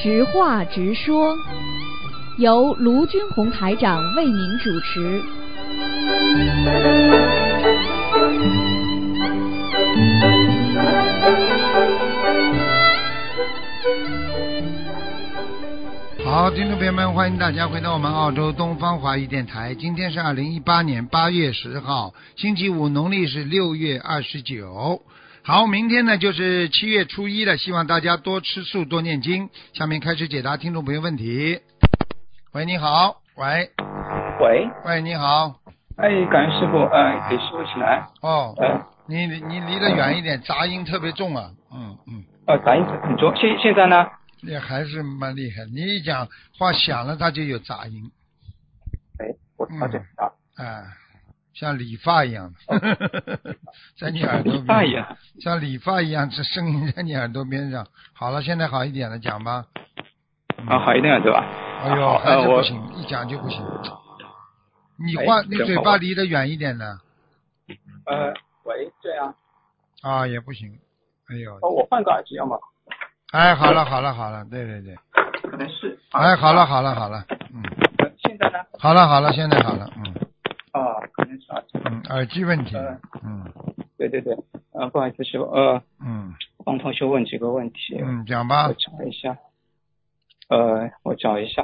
直话直说，由卢军红台长为您主持。好，听众朋友们，欢迎大家回到我们澳洲东方华语电台。今天是二零一八年八月十号，星期五，农历是六月二十九。好，明天呢就是七月初一了，希望大家多吃素，多念经。下面开始解答听众朋友问题。喂，你好，喂，喂，喂，你好，哎，感恩师傅，呃，给师傅请安，哦，呃，你你离得远一点，杂音特别重啊，嗯嗯，呃，杂音很重，现现在呢，也还是蛮厉害。你一讲话响了，它就有杂音，哎，我嗯调整一下，啊，像理发一样 的，在你耳朵边，大爷，像理发一样，这声音在你耳朵边上。好了，现在好一点了，讲吧。啊，好一点了是吧？嗯哎呦，好还呃，是不我行，一讲就不行。你哎话，你正嘴好巴我离得远一点呢，呃，喂，这样，啊，也不行。哎呦，哦，我换个耳机要吗？哎，好了，好了，好了，对对对，可能是，哎，好了，，好了，好了，嗯，呃现在呢，好了，好了，现在好了，嗯啊，可能是耳机，嗯，耳机问题呃，嗯对对对，呃，不好意思，师傅，呃，嗯帮同学问几个问题，嗯，讲吧我，找一下，呃，我找一下，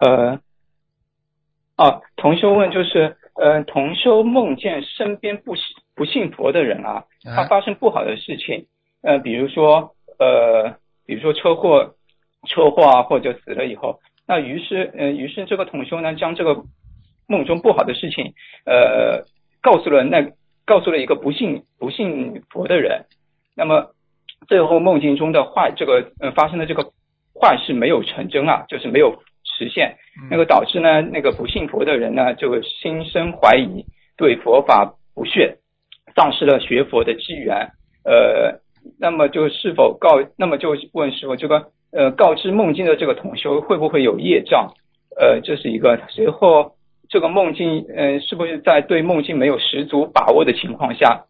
呃，哦，同修问就是，呃，同修梦见身边不信不信佛的人啊，他哎发生不好的事情，呃，比如说，呃，比如说车祸、车祸啊，或者死了以后，那于是，呃，于是这个同修呢，将这个梦中不好的事情，呃，告诉了那告诉了一个不信不信佛的人，那么最后梦境中的坏这个呃发生的这个坏事没有成真啊，就是没有实现，嗯那个导致呢那个不信佛的人呢就心生怀疑，对佛法不屑，丧失了学佛的机缘，呃，那么就是否告，那么就问师傅这个呃告知梦境的这个同修会不会有业障？呃，这是一个。随后这个梦境，呃，是不是在对梦境没有十足把握的情况下，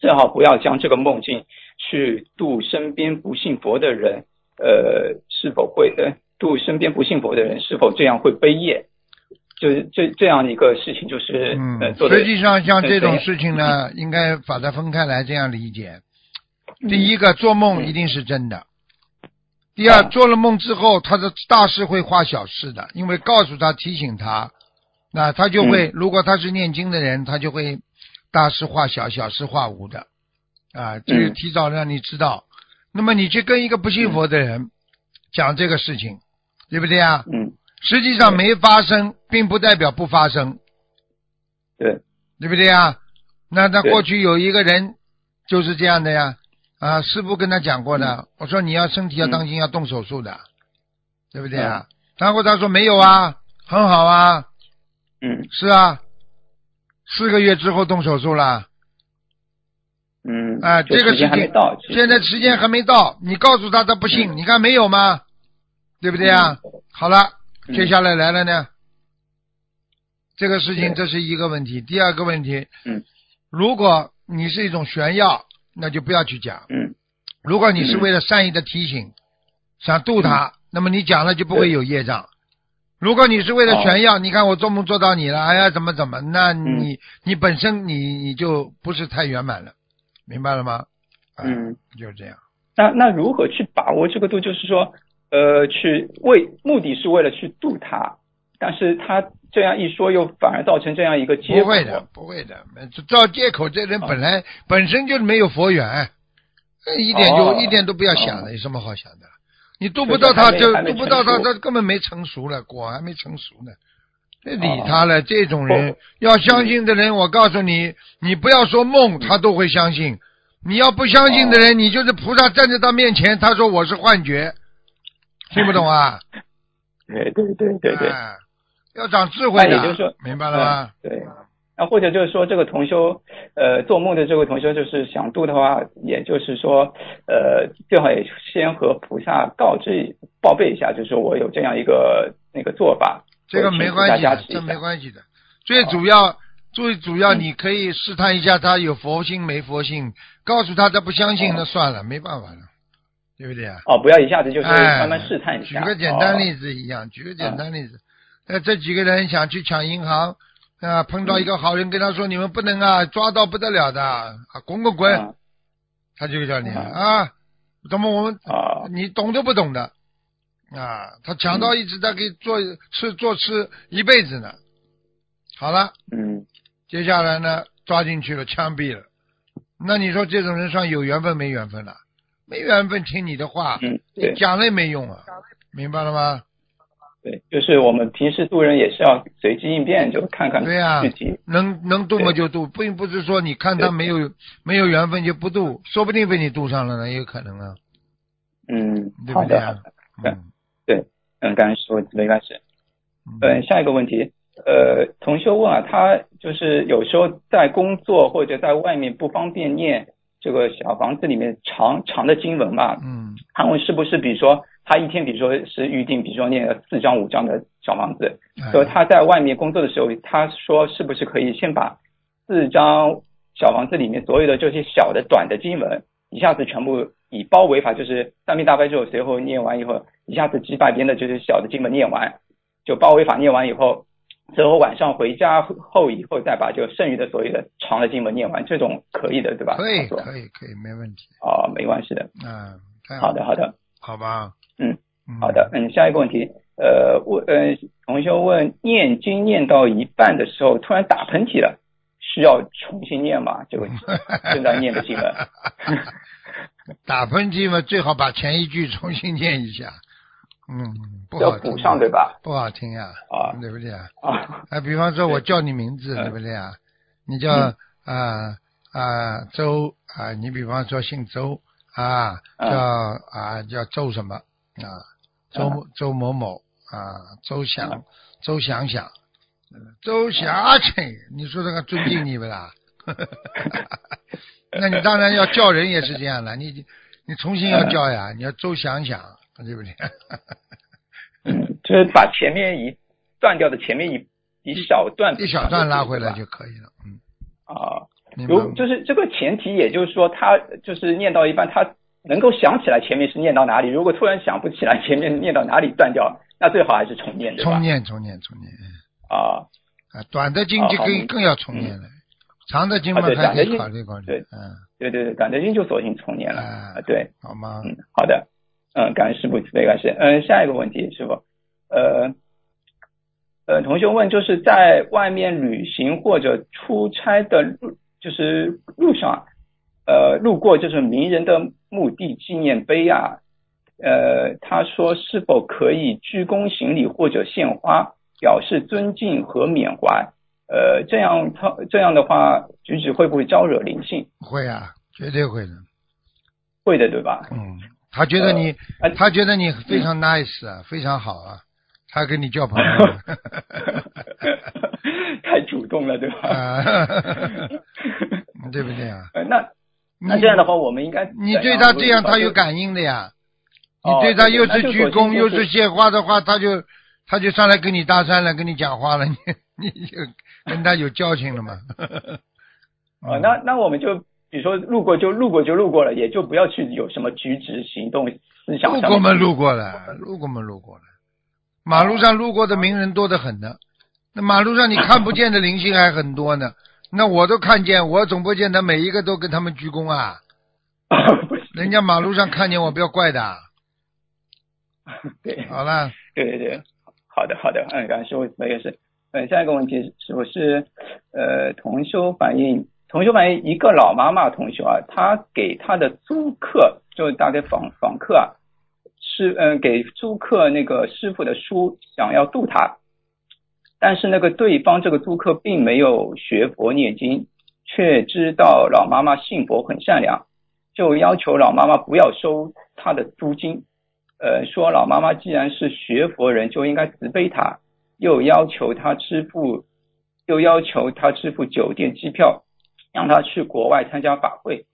最好不要将这个梦境去度身边不信佛的人，呃，是否会呃度身边不信佛的人是否这样会悲业？就是这这样一个事情，就是呃嗯，做的实际上像这种对嗯事情呢， 应该把它分开来这样理解。第一个，做梦一定是真的；第二，嗯做了梦之后，他的大事会化小事的，因为告诉他、提醒他，那他就嗯会，如果他是念经的人，他就会大事化小，小事化无的，啊，这个嗯提早让你知道。那么你去跟一个不信佛的人讲这个事情，对不对啊？嗯，实际上没发生，并不代表不发生。对，对不对呀？那那对过去有一个人就是这样的呀，啊，师傅跟他讲过的，我说你要身体要当心，要动手术的，对不对啊？然后他说没有啊，很好啊，嗯是啊，四个月之后动手术了，嗯，啊就这个时间还事没情到，其实现在时间还没到，你告诉他他不信，你看没有吗？对不对啊？好了，嗯接下来来了呢，这个事情这对是一个问题，第二个问题，嗯，如果你是一种炫耀，那就不要去讲；嗯如果你是嗯为了善意的提醒，想度他，那么你讲了就不会对有业障。如果你是为了哦嗯炫耀，你看我做梦做到你了，哎呀，怎么怎么，那你、你本身你你就不是太圆满了，明白了吗？啊，嗯。就是这样。那那如何去把握这个度？就是说，呃，去为目的是为了去度他，但是他这样一说，又反而造成这样一个结不果。会的，不会的，没造借口这啊人本来、本身就是没有佛缘，呃一点就、哦一点都不要想了，有什么好想的？你度不到就是他，还没就还没度不到他，成熟他根本没成熟了，果还没成熟呢。那理哦他了，这种人不要相信的人，我告诉你，你不要说梦，他都会相信。你要不相信的哦人，你就是菩萨站在他面前，他说我是幻觉，听不懂啊？对对对对对、哎要长智慧那也就是的说，嗯明白了吗？对。那或者就是说，这个同修，呃，做梦的这个同修，就是想度的话，也就是说，呃，最好也先和菩萨告知报备一下，就是说我有这样一个那个做法。这个没关系大家的持，一这下嗯没关系的。最主要，最主要，你可以试探一下他有佛性没佛性，告诉他他不相信，哦那算了，没办法了。对不对啊？哦，不要一下子就是哎慢慢试探一举下。哦个简单子，例子一样，举个简单例子，那这几个人想去抢银行，啊，碰到一嗯个好人跟他说：“你们不能啊，抓到不得了的，啊，滚滚滚！”嗯他就叫你嗯啊，怎么我们啊你懂都不懂的啊？他抢到一直在给做吃做吃一辈子呢。好了，嗯接下来呢，抓进去了，枪毙了。那你说这种人算有缘分没缘分了？没缘分听你的话，嗯，你对讲了也没用啊，明白了吗？对，就是我们平时做人也是要随机应变，就看看对啊呀具体。能能渡嘛对就渡，并不是说你看他对没有没有缘分就不渡，说不定被你渡上了呢，也有可能啊，嗯，对好不对的，好啊的。？对嗯，嗯，感恩师傅，没关系。嗯嗯，下一个问题，呃，同修问啊，他就是有时候在工作或者在外面不方便念这个小房子里面长长的经文嘛，嗯，他问是不是，比如说他一天，比如说是预定，比如说念了四张五张的小房子，哎所以他在外面工作的时候，他说是不是可以先把四张小房子里面所有的这些小的短的经文，一下子全部以包为法，就是三遍大悲咒，随后念完以后，一下子几百遍的就是小的经文念完，就包为法念完以后，随后晚上回家后以后再把这个剩余的所有的长的经文念完，这种可以的对吧？可以他说可以可以，没问题哦，没关系的，啊，太好了，的好的。好吧，嗯嗯，好的，嗯，下一个问题，呃，问，呃，同学问，念经念到一半的时候突然打喷嚏了，需要重新念吗？ 这个正在念的经文，打喷嚏嘛，最好把前一句重新念一下，嗯，不要好听补上对吧？不好听呀，啊对不对啊？啊， 啊，比方说我叫你名字，嗯对不对啊？你叫啊啊、周啊、你比方说姓周啊，叫嗯啊、叫周什么啊？周、周某某啊，周翔、嗯周想想，周霞琴，你说这个尊敬你不啦？ 那你当然要叫人也是这样了，你你重新要叫呀，你要周想想，对 不对？嗯，就是把前面一断掉的前面一一小段一小段拉回来就对吧可以了，嗯，啊，明白吗如就是这个前提，也就是说他就是念到一半，他能够想起来前面是念到哪里，如果突然想不起来前面念到哪里断掉，那最好还是重念对吧重？念重念重念。啊，啊，短的经就啊好更你更要重念了，长的经嘛啊对还可短的以经考虑考虑，对嗯，对对对，感觉经就索性重念了，啊啊，对。好吗？嗯，好的，嗯，感恩师傅慈悲感谢。嗯，下一个问题，师傅，呃，呃，同学问就是在外面旅行或者出差的路，就是路上啊，呃，路过就是名人的墓地纪念碑啊，呃，他说是否可以鞠躬行礼或者献花，表示尊敬和缅怀？呃，这样他这样的话，举止会不会招惹灵性？会啊，绝对会的，会的，对吧？嗯，他觉得你呃啊，他觉得你非常 nice 啊，非常好啊，他跟你交朋 友啊太主动了，对吧？啊，对不对啊？呃那你那这样的话，我们应该你怎对样他如这样，果他有就感应的呀。你哦对他对又那是就鞠索性躬就又是是献花的话，他就他就上来跟你搭讪了，跟你讲话了，你你就跟他有交情了嘛？呃，那那我们就比如说路过就路过就路过了，也就不要去有什么举止、行动、思想路上过嘛，面路过了，路过嘛，路过了。马路上路过的名人多得很呢，那马路上你看不见的灵性还很多呢。那我都看见，我总不见得每一个都跟他们鞠躬啊。不是人家马路上看见我，不要怪的。啊对好了，对对对，好的好的，嗯，感谢我那个是，嗯，下一个问题是不是呃同修反映同修反映一个老妈妈同修啊，她给她的租客就是大概访访客啊，是嗯、呃给租客那个师傅的书想要渡他，但是那个对方这个租客并没有学佛念经，却知道老妈妈信佛很善良，就要求老妈妈不要收她的租金。呃，说老妈妈既然是学佛人，就应该慈悲她，又要求她支付，又要求她支付酒店机票，让她去国外参加法会。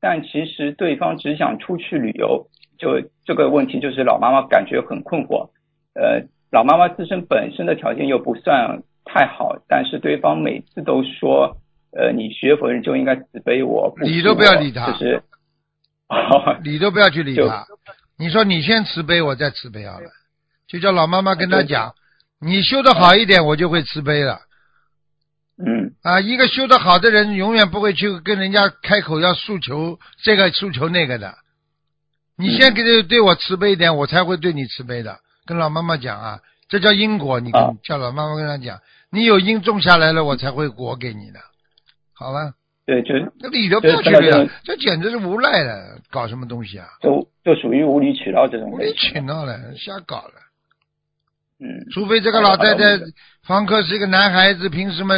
但其实对方只想出去旅游，就这个问题就是老妈妈感觉很困惑。呃，老妈妈自身本身的条件又不算太好，但是对方每次都说，呃，你学佛人就应该慈悲我，理都不要理他，她就是哦理都不要去理就他。你说你先慈悲，我再慈悲好了。就叫老妈妈跟他讲，你修得好一点，我就会慈悲了。 嗯，啊，一个修得好的人，永远不会去跟人家开口要诉求这个诉求那个的。你嗯先给对对我慈悲一点，我才会对你慈悲的。跟老妈妈讲啊，这叫因果。你跟、啊叫老妈妈跟他讲，你有因种下来了，我才会果给你的。好了，对，就是这理都不要去对理看到了，这简直是无赖了，搞什么东西啊？就就属于无理取闹这种无类理型取的。闹了，瞎搞了。嗯， 除非这个好老的太好的太我明房客是一个男孩子，凭什么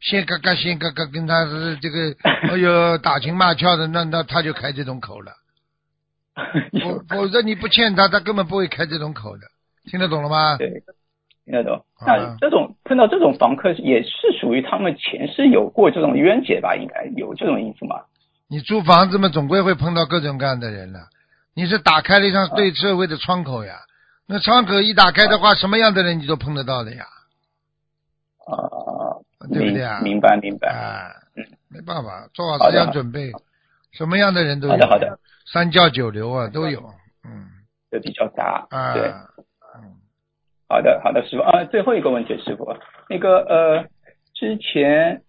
先嘎嘎先嘎嘎跟他是这 个，哎呦打情骂俏的，那那他就开这种口 了。否否则你不欠他，他根本不会开这种口的。听得懂了吗？对，听得懂。好那吧这种碰到这种房客，也是属于他们前世有过这种冤结吧？应该有这种意思吗？你租房子嘛，总归会碰到各种各样的人了。你是打开了一扇对社会的窗口呀，那窗口一打开的话，什么样的人你都碰得到的呀，啊、对不明对啊？明白明白。啊，没办法，做好好思的想好准备，什么样的人都有，好的好的三教九流啊都有，嗯就比较杂。啊，对，好的，好的，师傅啊，最后一个问题，师傅，那个呃，之前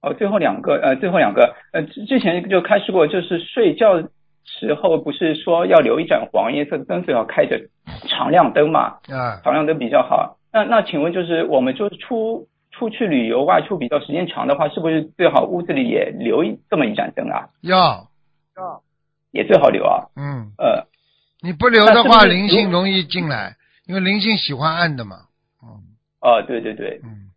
哦，最后两个呃，最后两个呃，之之前就开始过，就是睡觉时候不是说要留一盏黄颜色的灯，最好开着常亮灯嘛，啊，常亮灯比较好。那那请问就是我们就是出出去旅游外出比较时间长的话，是不是最好屋子里也留一这么一盏灯啊？要，也最好留啊，嗯，呃，你不留的那话，是不是灵性容易进来，因为灵性喜欢暗的嘛，哦，对对对，嗯，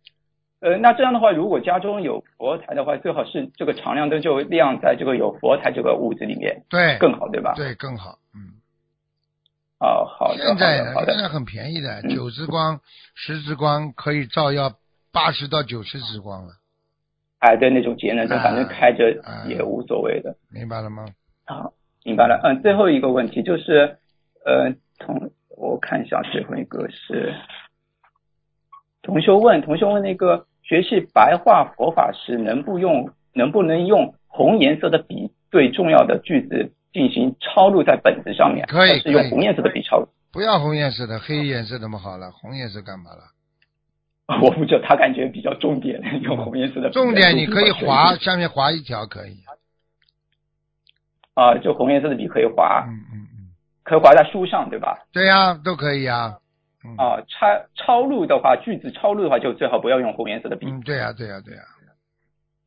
呃，那这样的话，如果家中有佛台的话，最好是这个常亮灯就亮在这个有佛台这个屋子里面对，更好，对吧？对更好，嗯，哦，好的，现在好呢的，好现的，在很便宜的，嗯九之光、十之光可以照耀八十到九十之光了，哎，对，那种节能灯，反啊正开着也无所谓的。明白了吗？好，明白了。嗯，最后一个问题就是，呃，同我看一下，最后一个是同修问，同修问那个学习白话佛法时，能不用能不能用红颜色的笔对重要的句子进行抄录在本子上面？可以还是可以用红颜色的笔抄录。 不要红颜色的，黑颜色的嘛好了，红颜色干嘛了？我不知道，他感觉比较重点，用红颜色的笔。重点你可以划，下面划一条可以。啊、就红颜色的笔可以划，嗯嗯嗯，可以划在书上，对吧？对呀、都可以呀、嗯啊、抄抄录的话，句子抄录的话，就最好不要用红颜色的笔。嗯，对呀、对呀、对呀、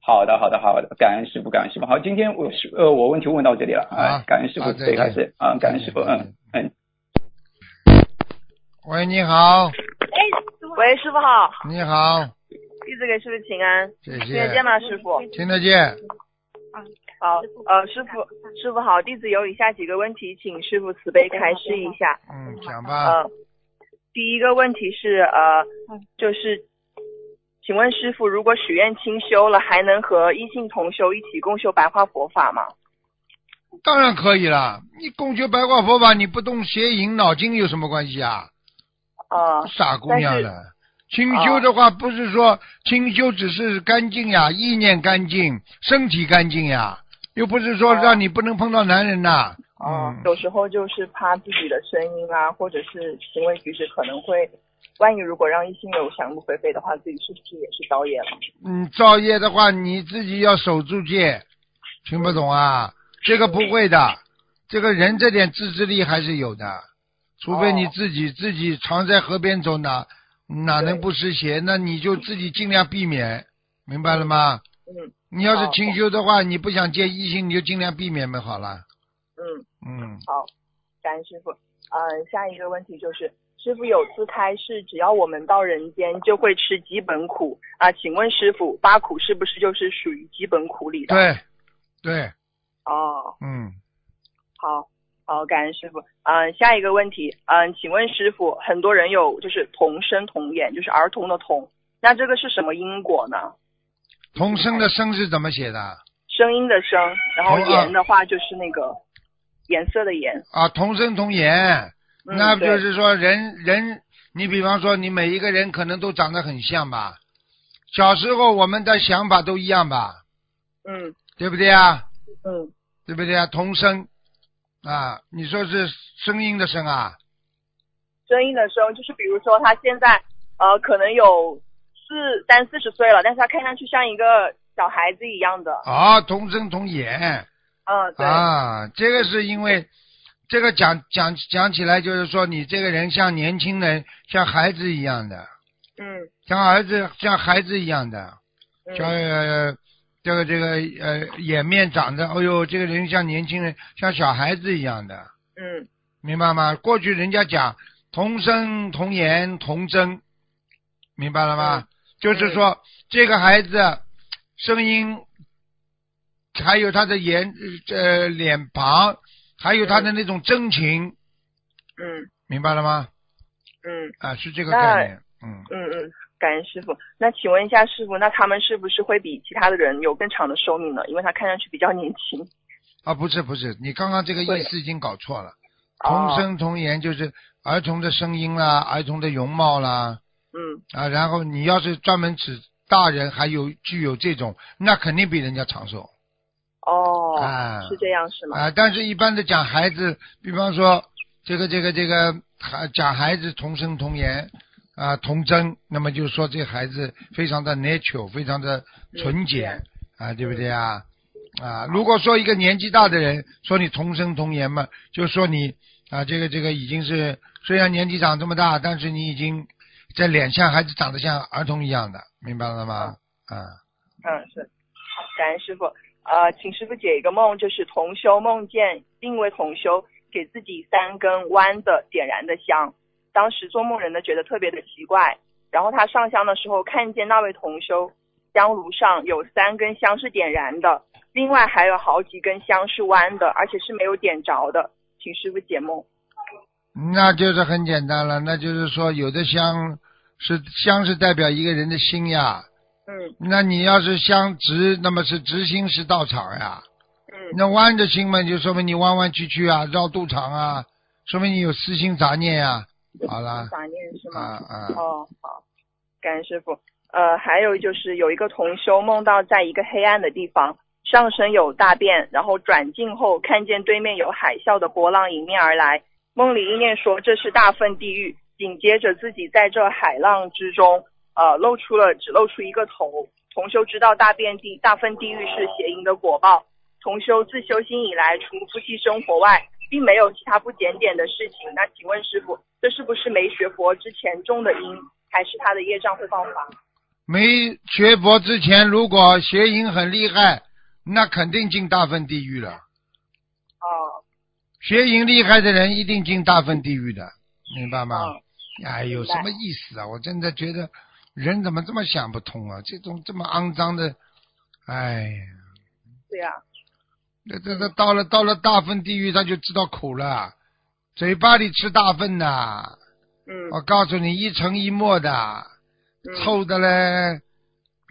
好的，好的，好的，感恩师傅，感恩师傅。好，今天我是呃，我问题问到这里了，啊啊，感恩师啊傅，再最开见始啊，感恩师傅，再见嗯嗯，喂，你好，喂，师傅好，你好，弟子给师傅请安，谢听得见谢，吗，师傅？听得见。好，呃，师傅，师傅好，弟子有以下几个问题，请师傅慈悲开示一下。嗯，讲吧。呃，第一个问题是呃，就是，请问师傅，如果许愿清修了，还能和异性同修一起共修白话佛法吗？当然可以啦，你共修白话佛法，你不动邪淫脑筋有什么关系啊？呃，傻姑娘了。清啊修的话，不是说清修只是干净呀，意念干净，身体干净呀，又不是说哦让你不能碰到男人呐。呃嗯，有时候就是怕自己的声音啊，或者是行为举止可能会，万一如果让异性有想入非非的话，自己是不是也是导演了？嗯，造业的话，你自己要守住戒，听不懂啊？这个不会的，这个人这点自制力还是有的，除非你哦自己、自己常在河边走哪，哪能对不湿鞋？那你就自己尽量避免，明白了吗？嗯你要是哦清修的话，你不想见异性，你就尽量避免呗，好了。嗯。嗯，好，感恩师傅。嗯，下一个问题就是，师傅有次开示，只要我们到人间就会吃基本苦啊，请问师傅，八苦是不是就是属于基本苦里的？。对，对，哦，嗯，好，好，感恩师傅。嗯，下一个问题，嗯，请问师傅，很多人有就是童生童眼，就是儿童的童，那这个是什么因果呢？童声的声是怎么写的？声音的声，然后童啊颜的话就是那个颜色的颜。啊，童声童言。嗯、那不就对是说人人，你比方说你每一个人可能都长得很像吧，小时候我们的想法都一样吧，嗯对不对啊？嗯对不对啊？同声啊，你说是声音的声啊？声音的声，就是比如说他现在呃可能有四三四十岁了，但是他看上去像一个小孩子一样的。啊，同声同眼嗯，对，啊，这个是因为这个讲讲讲起来就是说你这个人像年轻人，像孩子一样的，嗯像儿子像孩子一样的，像、嗯呃、这个这个呃颜面长得，哎呦，这个人像年轻人，像小孩子一样的，嗯明白吗？过去人家讲同声同言同声，明白了嗯吗？就是说、这个孩子声音，还有他的言呃脸庞，还有他的那种真情，嗯明白了吗？嗯啊，是这个那概念，嗯。嗯嗯，感恩师傅。那请问一下师傅，那他们是不是会比其他的人有更长的寿命呢？因为他看上去比较年轻。啊，不是不是，你刚刚这个对意思已经搞错了。哦童声童言就是儿童的声音啦，儿童的容貌啦嗯啊，然后你要是专门指大人还有具有这种，那肯定比人家长寿哦，啊是这样是吗？啊。但是一般的讲孩子，比方说这个这个这个孩讲孩子童声童言啊童真，那么就是说这孩子非常的 natural，非常的纯洁嗯啊，对不对啊？啊，如果说一个年纪大的人说你童声童言嘛，就说你啊，这个这个已经是虽然年纪长这么大，但是你已经在脸上还是长得像儿童一样的，明白了吗？啊，嗯，是。好，感恩师傅。呃，请师傅解一个梦，就是同修梦见另一位同修给自己三根弯的点燃的香，当时做梦人呢觉得特别的奇怪，然后他上香的时候看见那位同修香炉上有三根香是点燃的，另外还有好几根香是弯的，而且是没有点着的，请师傅解梦。那就是很简单了，那就是说有的香是香是代表一个人的心呀，嗯那你要是香直，那么是直心是道场呀，嗯那弯着心嘛，就说明你弯弯曲曲啊，绕肚肠啊，说明你有私心杂念呀、好了，杂念是啊吗？啊，哦，好，感恩师傅。呃，还有就是有一个同修梦到在一个黑暗的地方，上身有大便，然后转镜后看见对面有海啸的波浪迎面而来，梦里意念说这是大粪地狱，紧接着自己在这海浪之中，呃，露出了只露出一个头。同修知道大便地大粪地狱是邪淫的果报，同修自修心以来，除夫妻生活外，并没有其他不检点的事情。那请问师傅，这是不是没学佛之前种的因，还是他的业障会爆发？没学佛之前，如果邪淫很厉害，那肯定进大粪地狱了。哦，邪淫厉害的人一定进大粪地狱的，明白吗？嗯哎，有什么意思啊？我真的觉得人怎么这么想不通啊？这种这么肮脏的，哎呀，对啊，这这这到了到了大粪地狱，他就知道苦了，嘴巴里吃大粪呐、嗯，我告诉你，一沉一没的，嗯臭的嘞，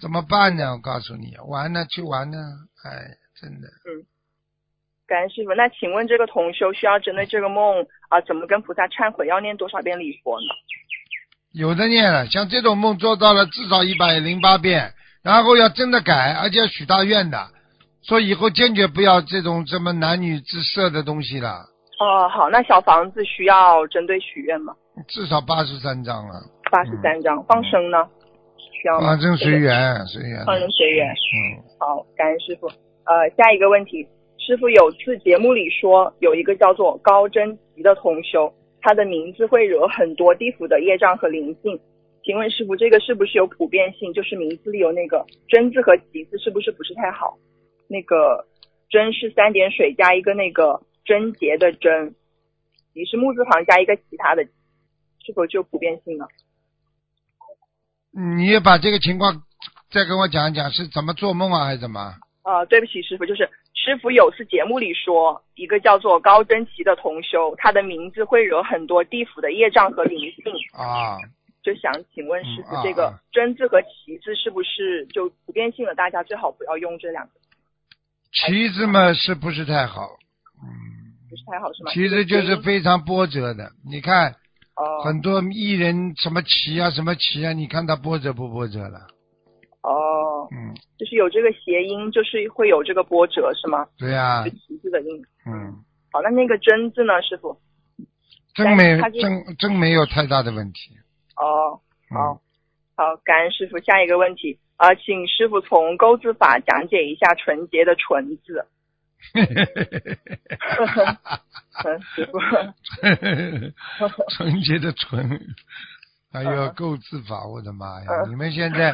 怎么办呢？我告诉你，玩呢，去玩呢，哎，真的。感恩师傅。那请问这个同修需要针对这个梦啊、怎么跟菩萨忏悔？要念多少遍礼佛呢？有的念了，像这种梦做到了至少一百零八遍，然后要真的改，而且要许大愿的，说以后坚决不要这种什么男女之色的东西了，哦，好，那小房子需要针对许愿吗？至少八十三章了，八十三章，放生呢？需要吗？反正嗯随缘随缘。放哦生随缘。嗯，好，感恩师傅。呃，下一个问题，师傅有次节目里说，有一个叫做高真吉的同修，他的名字会惹很多地府的业障和灵性。请问师傅，这个是不是有普遍性？就是名字里有那个真字和吉字，是不是不是太好？那个真是三点水加一个那个贞洁的贞，吉是木字旁加一个其他的吉，是否就普遍性呢？嗯你也把这个情况再跟我讲一讲，是怎么做梦啊，还是怎么？呃，对不起，师傅，就是师傅有次节目里说，一个叫做高真奇的同修，他的名字会惹很多地府的业障和灵性，啊，就想请问师嗯啊傅，这个啊真字和奇字是不是就普遍性的，大家最好不要用这两个，旗子嘛是不是太好？啊不是太好是吗？旗子就是谐音非常波折的，你看哦很多艺人什么旗啊什么旗啊，你看他波折不波折了？哦，嗯，就是有这个谐音，就是会有这个波折，是吗？对呀、就旗子的音。嗯，好，那那个真字呢，师傅？真没但是他就真真没有太大的问题。哦，嗯好，好，感恩师傅。下一个问题啊、呃请师傅从钩字法讲解一下“纯洁”的“纯”字。嗯，师傅， 纯洁的纯，还有嗯够自法，我的妈呀！嗯你们现在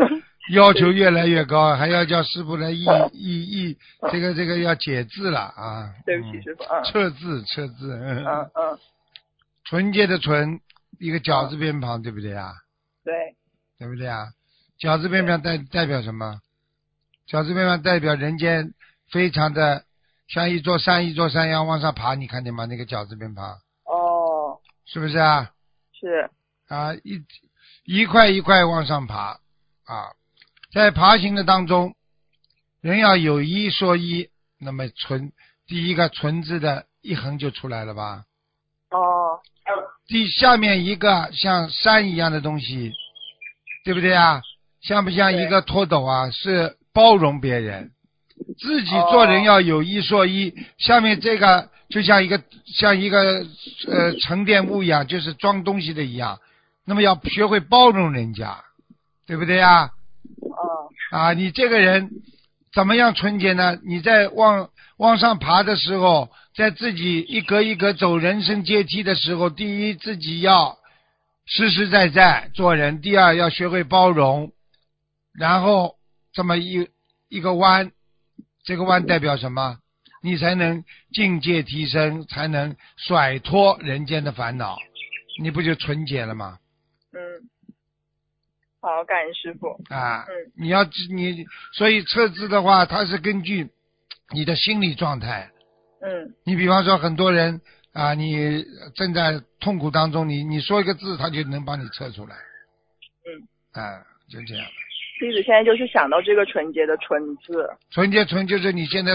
要求越来越高，还要叫师傅来 译译译，这个这个要解字了啊！对不起，嗯师傅，嗯撤字撤字，嗯嗯，嗯，纯洁的纯，一个绞字边旁，对不对啊？对，对不对啊？绞字边旁代代表什么？绞字边旁代表人间非常的像一座山，一座山一样往上爬，你看见吗？那个绞字边旁哦，是不是啊？是，啊，一一块一块往上爬啊，在爬行的当中，人要有一说一，那么存第一个存字的一横就出来了吧？哦，第下面一个像山一样的东西，对不对啊？像不像一个拖斗啊？是包容别人，自己做人哦要有一说一。下面这个就像一个像一个呃沉淀物一样，就是装东西的一样。那么要学会包容人家，对不对啊？哦，啊，你这个人怎么样纯洁呢？你在往往上爬的时候，在自己一格一格走人生阶梯的时候，第一自己要实实在在做人，第二要学会包容，然后这么一一个弯，这个弯代表什么？你才能境界提升，才能甩脱人间的烦恼，你不就纯洁了吗？嗯，好，感恩师傅。啊，嗯你要知你，所以测字的话，它是根据你的心理状态。嗯，你比方说，很多人啊，你正在痛苦当中，你你说一个字，他就能帮你测出来。嗯，啊，就这样。弟子现在就是想到这个“纯洁”的“纯”字。纯洁纯就是你现在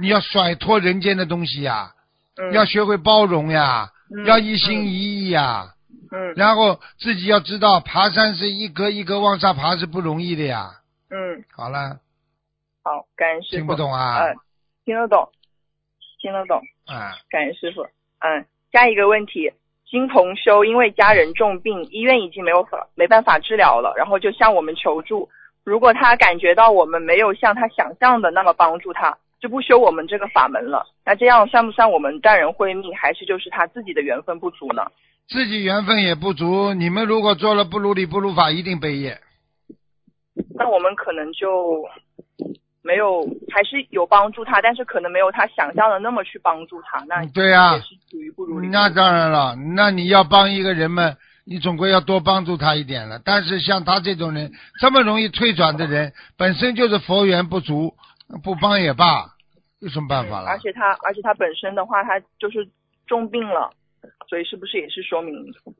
你要甩脱人间的东西呀、嗯，要学会包容呀，嗯要一心一意呀，嗯然后自己要知道，爬山是一格一格往上爬是不容易的呀。嗯，好了，好，感恩师傅。听不懂啊？呃，听得懂，听得懂，啊，感恩师傅。嗯，下一个问题，金同修因为家人重病，医院已经没有法没办法治疗了，然后就向我们求助。如果他感觉到我们没有像他想象的那么帮助他，就不修我们这个法门了。那这样算不算我们断人慧命，还是就是他自己的缘分不足呢？自己缘分也不足，你们如果做了不如理不如法，一定被业。那我们可能就没有，还是有帮助他，但是可能没有他想象的那么去帮助他。那嗯对呀、也是属于不如理。那当然了，那你要帮一个人嘛，你总归要多帮助他一点了。但是像他这种人，这么容易退转的人，本身就是佛缘不足，不帮也罢，有什么办法嗯了而？且他，而且他本身的话，他就是重病了，所以是不是也是说明，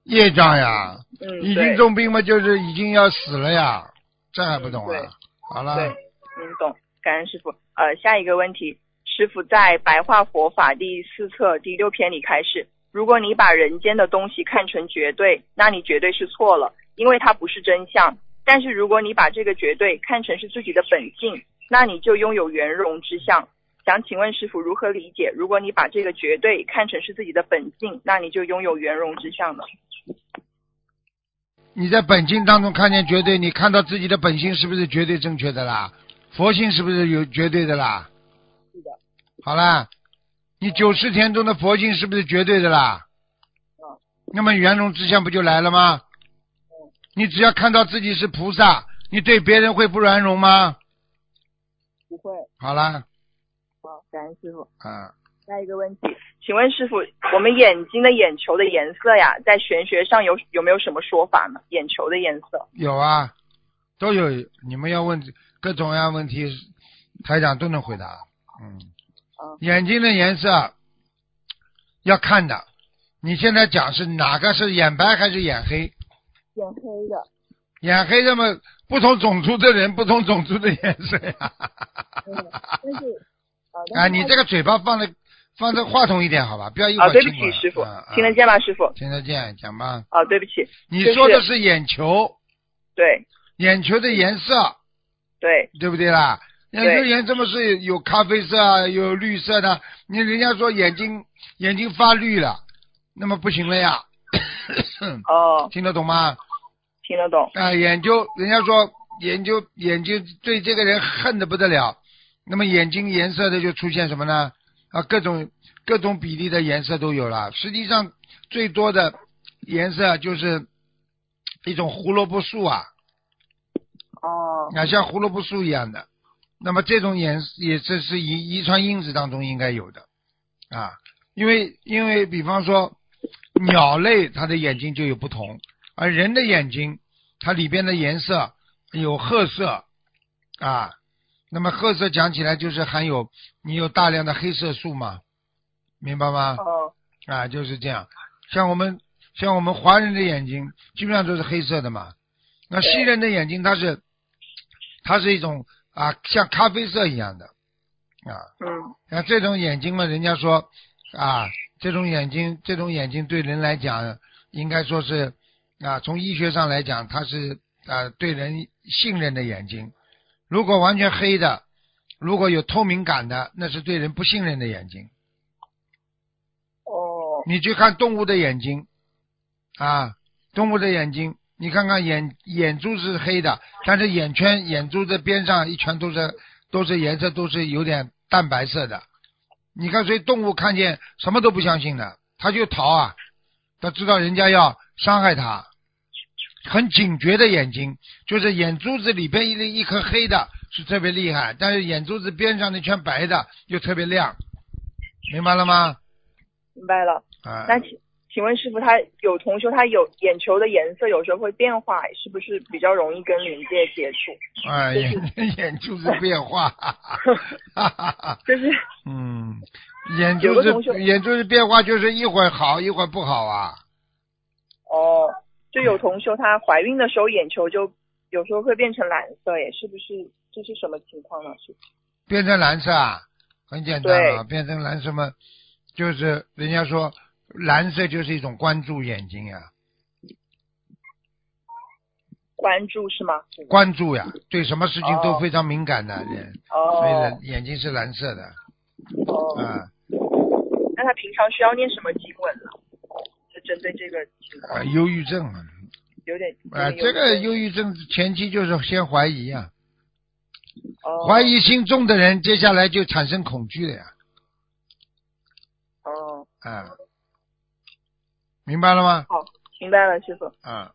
业障呀，嗯，已对经重病嘛，就是已经要死了呀，这还不懂嗯对啊？好了，对，嗯，懂，感恩师傅。呃，下一个问题，师傅在《白话佛法》第四册第六篇里开示，如果你把人间的东西看成绝对，那你绝对是错了，因为它不是真相。但是如果你把这个绝对看成是自己的本性，那你就拥有圆融之相。想请问师傅如何理解？如果你把这个绝对看成是自己的本性，那你就拥有圆融之相呢？你在本性当中看见绝对，你看到自己的本性是不是绝对正确的啦？佛性是不是有绝对的啦？是的。好啦，你九十天中的佛性是不是绝对的啦？嗯那么圆融之相不就来了吗？你只要看到自己是菩萨，你对别人会不圆融吗？不会，好啦，好，感恩师傅。啊，下一个问题，请问师傅，我们眼睛的眼球的颜色呀，在玄学上有有没有什么说法呢？眼球的颜色，有啊，都有。你们要问各种各样问题，台长都能回答。嗯嗯，眼睛的颜色要看的。你现在讲是哪个是眼白还是眼黑？眼黑的，眼黑那么不同种族的人，不同种族的颜色呀、 但是，呃啊，你这个嘴巴放的放在话筒一点好吧，不要一会啊，儿对不亲过起来、，师傅啊，听得，见吗，师傅啊？听得见，讲吧。啊，对不起，你就是说的是眼球，对，眼球的颜色对，对不对啦？那对日元这么是有咖啡色啊，有绿色的，你人家说眼睛眼睛发绿了，那么不行了呀，哦，听得懂吗？听得懂，啊、研究人家说研究眼睛对这个人恨得不得了，那么眼睛颜色的就出现什么呢？啊，各种各种比例的颜色都有了。实际上最多的颜色就是一种胡萝卜素啊，哦，啊，像胡萝卜素一样的。那么这种颜也这是遗遗传因子当中应该有的啊，因为因为比方说鸟类它的眼睛就有不同，而人的眼睛它里边的颜色有褐色啊，那么褐色讲起来就是含有你有大量的黑色素嘛，明白吗？哦，啊，就是这样。像我们像我们华人的眼睛基本上都是黑色的嘛，那西人的眼睛它是它是一种啊像咖啡色一样的啊，嗯，那这种眼睛嘛，人家说啊这种眼睛这种眼睛对人来讲应该说是啊从医学上来讲它是啊对人信任的眼睛，如果完全黑的。如果有透明感的，那是对人不信任的眼睛。哦，你去看动物的眼睛，啊，动物的眼睛，你看看眼眼珠是黑的，但是眼圈、眼珠的边上一圈都是都是颜色都是有点淡白色的。你看，所以动物看见什么都不相信的，它就逃啊，它知道人家要伤害它，很警觉的眼睛，就是眼珠子里边一一颗黑的是特别厉害，但是眼珠子边上那圈白的又特别亮，明白了吗？明白了。啊、那请请问师傅，他有同修他有眼球的颜色有时候会变化，是不是比较容易跟灵界接触？哎，眼眼珠子变化， 就是嗯，眼有珠个同学子眼珠子变化就是一会儿好一会儿不好啊，哦，就有同修她怀孕的时候眼球就有时候会变成蓝色耶，是不是？这是什么情况呢？是变成蓝色啊，很简单啊，变成蓝什么，就是人家说蓝色就是一种关注眼睛呀、关注是吗？关注呀、对什么事情都哦非常敏感的人，所以呢哦眼睛是蓝色的哦，啊、那她平常需要念什么经文呢？就针对这个情况啊，忧郁症啊，有点啊，有点这个有忧郁症前期就是先怀疑啊，哦怀疑心重的人，接下来就产生恐惧了呀。哦，啊，明白了吗？明白了，师傅。啊，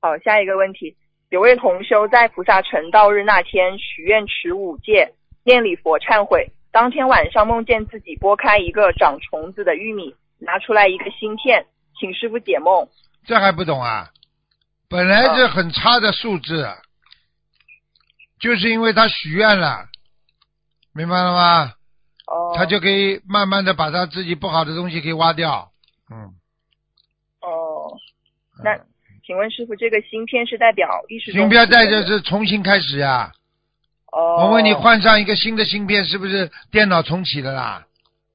好，下一个问题，有位同修在菩萨成道日那天许愿持五戒，念礼佛忏悔。当天晚上梦见自己拨开一个长虫子的玉米，拿出来一个芯片，请师傅解梦。这还不懂啊？本来是很差的素质，就是因为他许愿了，明白了吗？哦，他就可以慢慢的把他自己不好的东西给挖掉。嗯，哦，那请问师傅，这个芯片是代表意识中芯嗯片带的着是重新开始呀、哦，我问你，换上一个新的芯片，是不是电脑重启了啦？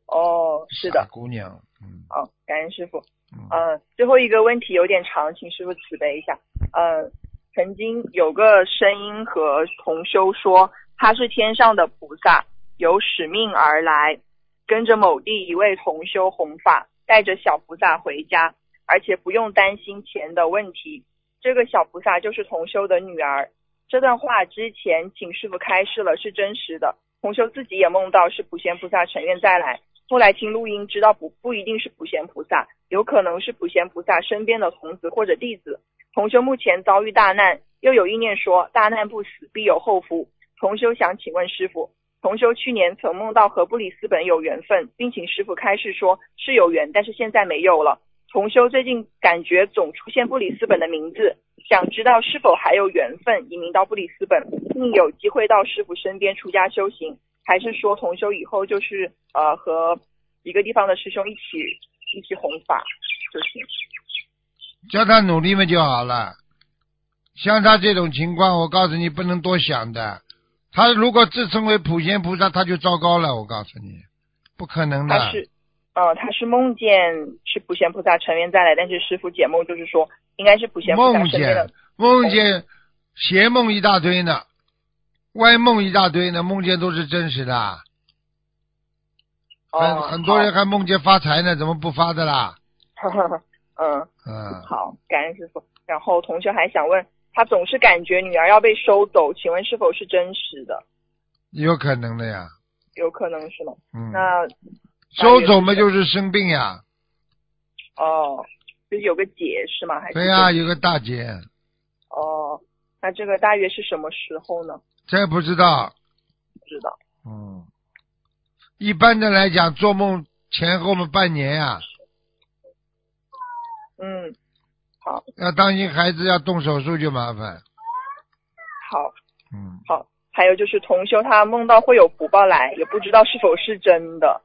哦，是傻的，姑娘，嗯哦，感恩师傅。嗯，呃，最后一个问题有点长，请师傅慈悲一下。呃，曾经有个声音和同修说，他是天上的菩萨，有使命而来，跟着某地一位同修弘法，带着小菩萨回家，而且不用担心钱的问题。这个小菩萨就是同修的女儿。这段话之前请师傅开示了，是真实的。同修自己也梦到是普贤菩萨乘愿再来，后来听录音知道不不一定是普贤菩萨，有可能是普贤菩萨身边的童子或者弟子。同修目前遭遇大难，又有意念说大难不死必有后福。同修想请问师傅，同修去年曾梦到和布里斯本有缘分，并请师傅开示说是有缘，但是现在没有了。同修最近感觉总出现布里斯本的名字，想知道是否还有缘分移民到布里斯本，并有机会到师傅身边出家修行。还是说同修以后就是呃和一个地方的师兄一起一起弘法就行？叫他努力嘛就好了。像他这种情况，我告诉你不能多想的。他如果自称为普贤菩萨，他就糟糕了。我告诉你，不可能的。他是呃他是梦见是普贤菩萨成员再来，但是师傅解梦就是说应该是普贤菩萨梦身边见的梦见邪梦一大堆呢，歪梦一大堆呢，梦见都是真实的。很哦，很多人还梦见发财呢，怎么不发的啦？好。 嗯，嗯，好，感恩师傅。然后同学还想问，他总是感觉女儿要被收走，请问是否是真实的？有可能的呀。有可能是吗？嗯，那收走嘛就是生病呀。哦，就是有个解释吗？还是对呀、就有个大姐，哦，那这个大约是什么时候呢？这不知道。不知道。嗯，一般的来讲，做梦前后嘛半年呀、嗯，要当心孩子要动手术就麻烦。好，嗯，好。还有就是同修他梦到会有福报来，也不知道是否是真的，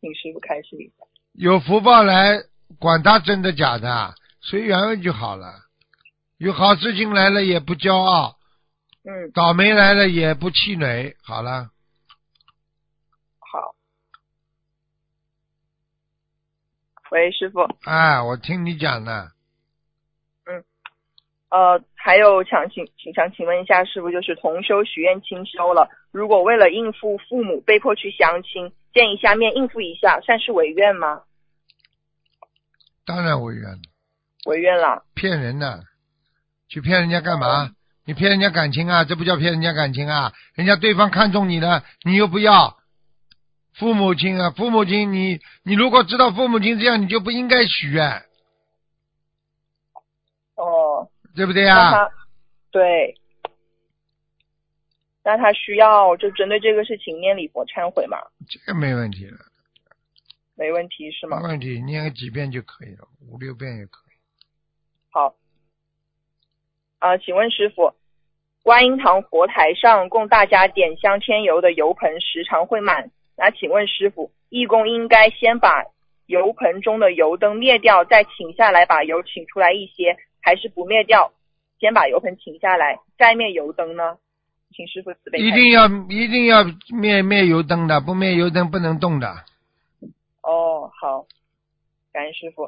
请师傅开示一下。有福报来，管他真的假的，随缘分就好了。有好事情来了也不骄傲，嗯，倒霉来了也不气馁，好了。好。喂，师傅，哎，我听你讲呢，呃，还有想请请想请问一下师傅，就是同修许愿清修了，如果为了应付父母被迫去相亲，见一下面应付一下，算是违愿吗？当然我愿了，违愿了。骗人呢，去骗人家干嘛？你骗人家感情啊，这不叫骗人家感情啊，人家对方看中你了，你又不要。父母亲啊，父母亲你，你如果知道父母亲这样，你就不应该许愿，哦，对不对那啊？他对，那他需要就针对这个事情念礼佛忏悔嘛？这个没问题了，没问题是没吗？问题，念个几遍就可以了，五六遍也可以。好。啊、请问师傅，观音堂佛台上供大家点香添油的油盆时常会满，那请问师傅，义工应该先把油盆中的油灯灭掉，再请下来把油请出来一些，还是不灭掉，先把油盆请下来，再灭油灯呢？请师傅慈悲开示。一定要一定要灭灭油灯的，不灭油灯不能动的。哦，好，感恩师傅。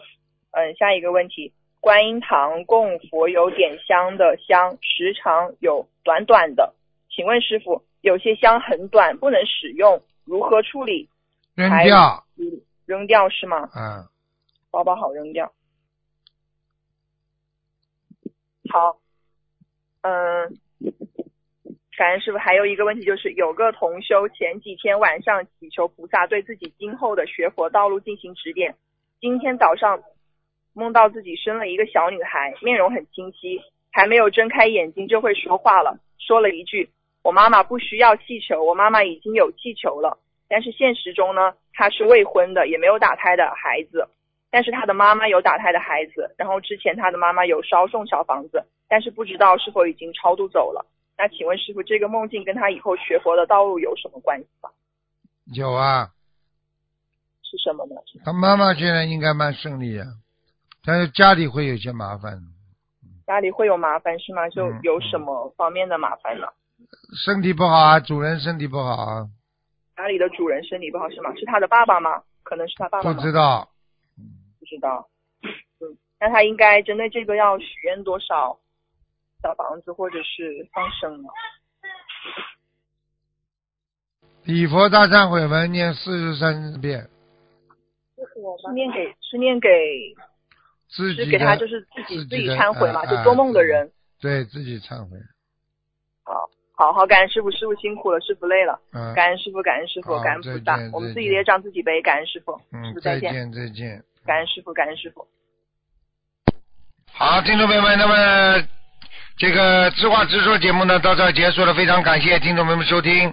嗯，下一个问题，观音堂供佛油点香的香时常有短短的，请问师傅，有些香很短，不能使用，如何处理？扔掉，嗯扔掉是吗？嗯，包包好扔掉。好，嗯，感恩师傅。还有一个问题就是，有个同修前几天晚上祈求菩萨对自己今后的学佛道路进行指点。今天早上梦到自己生了一个小女孩，面容很清晰，还没有睁开眼睛就会说话了，说了一句：“我妈妈不需要气球，我妈妈已经有气球了。”但是现实中呢，她是未婚的，也没有打胎的孩子。但是他的妈妈有打胎的孩子，然后之前他的妈妈有烧送小房子，但是不知道是否已经超度走了。那请问师傅，这个梦境跟他以后学佛的道路有什么关系吗？有啊，是什么呢？他妈妈现在应该蛮顺利啊，但是家里会有些麻烦，家里会有麻烦是吗？就嗯有什么方面的麻烦呢？身体不好啊，主人身体不好啊，家里的主人身体不好是吗？是他的爸爸吗？可能是他爸爸不吗？知道，不知道。嗯，那他应该针对这个要许愿多少小房子或者是放生呢？礼佛大忏悔文念四十三遍，是念给是念给自是己给他就的是自己自己自己的忏悔嘛？啊就啊做梦的人。对自己忏悔，好好好，感恩师傅，师傅辛苦了，师傅累了，嗯感恩师傅，感恩师傅，好感恩菩萨再见，我们再自己见的业障自己背，感恩师傅，师嗯傅，再再见，见再见。感恩师傅，感恩师傅。好，听众朋友们，那么这个知话直说节目呢，到这儿结束了，非常感谢听众朋友们收听。